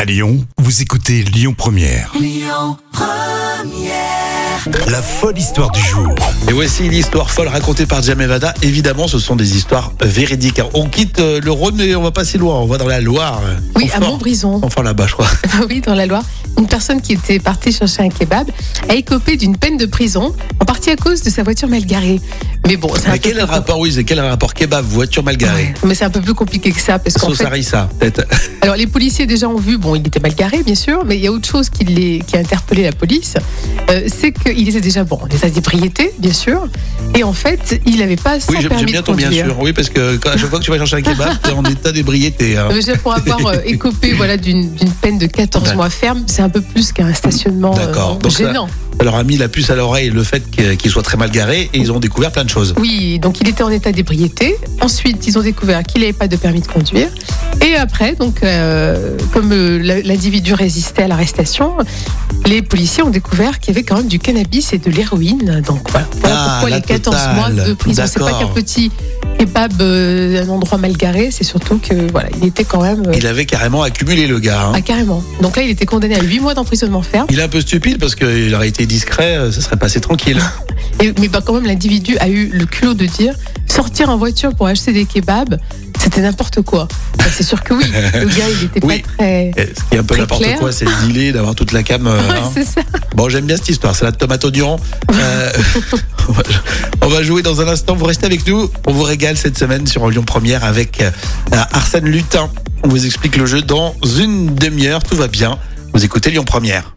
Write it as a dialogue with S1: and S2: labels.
S1: À Lyon, vous écoutez Lyon Première. Lyon Première. La folle histoire du jour.
S2: Et voici une histoire folle racontée par Jamevada. Évidemment, ce sont des histoires véridiques. On quitte euh, le Rhône, mais on va pas si loin. On va dans la Loire.
S3: Oui, à
S2: Enfin-
S3: Montbrison, Ah
S2: Enfin là-bas, je crois.
S3: oui, dans la Loire, une personne qui était partie chercher un kebab a écopé d'une peine de prison, en partie à cause de sa voiture mal garée. Mais bon, Ah, c'est un,
S2: Mais
S3: peu
S2: quel est le
S3: plus-
S2: rapport Oui, c'est quel est le rapport Kebab, voiture mal garée.
S3: mais c'est un peu plus compliqué que ça parce qu'en
S2: Sauce
S3: fait,
S2: harissa, peut-être.
S3: alors les policiers déjà ont vu, bon, il était mal garé bien sûr, mais il y a autre chose qui, les, qui a interpellé la police, euh, c'est qu'il était déjà bon, en état d'ébriété bien sûr, et en fait, il n'avait pas son
S2: Oui, j'aime
S3: permis
S2: j'aime bien
S3: de
S2: ton bien
S3: conduire.
S2: sûr. Oui, parce que quand- à chaque fois que tu vas chercher un kebab, t'es en état d'ébriété. hein.
S3: Mais déjà pour avoir euh, écopé voilà d'une d'une peine de 14
S2: D'accord.
S3: mois ferme, c'est un peu plus qu'un stationnement euh,
S2: D'accord. Donc ça-
S3: gênant.
S2: Ça leur a mis la puce à l'oreille le fait que- qu'il soit très mal garé et ils ont découvert plein de choses.
S3: Oui, donc il était en état d'ébriété. Ensuite, ils ont découvert qu'il n'avait pas de permis de conduire. Et après, donc, euh, comme euh, la- l'individu résistait à l'arrestation, les policiers ont découvert qu'il y avait quand même du cannabis et de l'héroïne. Donc voilà, voilà
S2: Ah,
S3: pourquoi
S2: la
S3: les 14
S2: totale.
S3: mois de prison. C'est pas
S2: D'accord.
S3: qu'un petit kebab, euh, un endroit mal garé, c'est surtout que voilà, il était quand même. euh,
S2: Il avait carrément accumulé le gars. hein.
S3: ah, carrément. Donc là, il était condamné à 8 mois d'emprisonnement ferme.
S2: Il est un peu stupide parce qu'il aurait été discret, euh, ça serait passé tranquille.
S3: Et- mais bah, quand même, l'individu a eu le culot de dire sortir en voiture pour acheter des kebabs, c'était n'importe quoi. Bah, c'est sûr que oui. Le gars, il était
S2: Oui.
S3: pas très.
S2: Eh, Ce qui est un peu
S3: Très
S2: n'importe
S3: clair.
S2: quoi, c'est le dîner, d'avoir toute la cam. euh,
S3: Ouais,
S2: hein.
S3: c'est ça.
S2: Bon, j'aime bien cette histoire, c'est la tomate oignon. Euh, on va- on va jouer dans un instant, vous restez avec nous. On vous régale cette semaine sur Lyon Première avec euh, Arsène Lutin. On vous explique le jeu dans une demi-heure, tout va bien. Vous écoutez Lyon Première.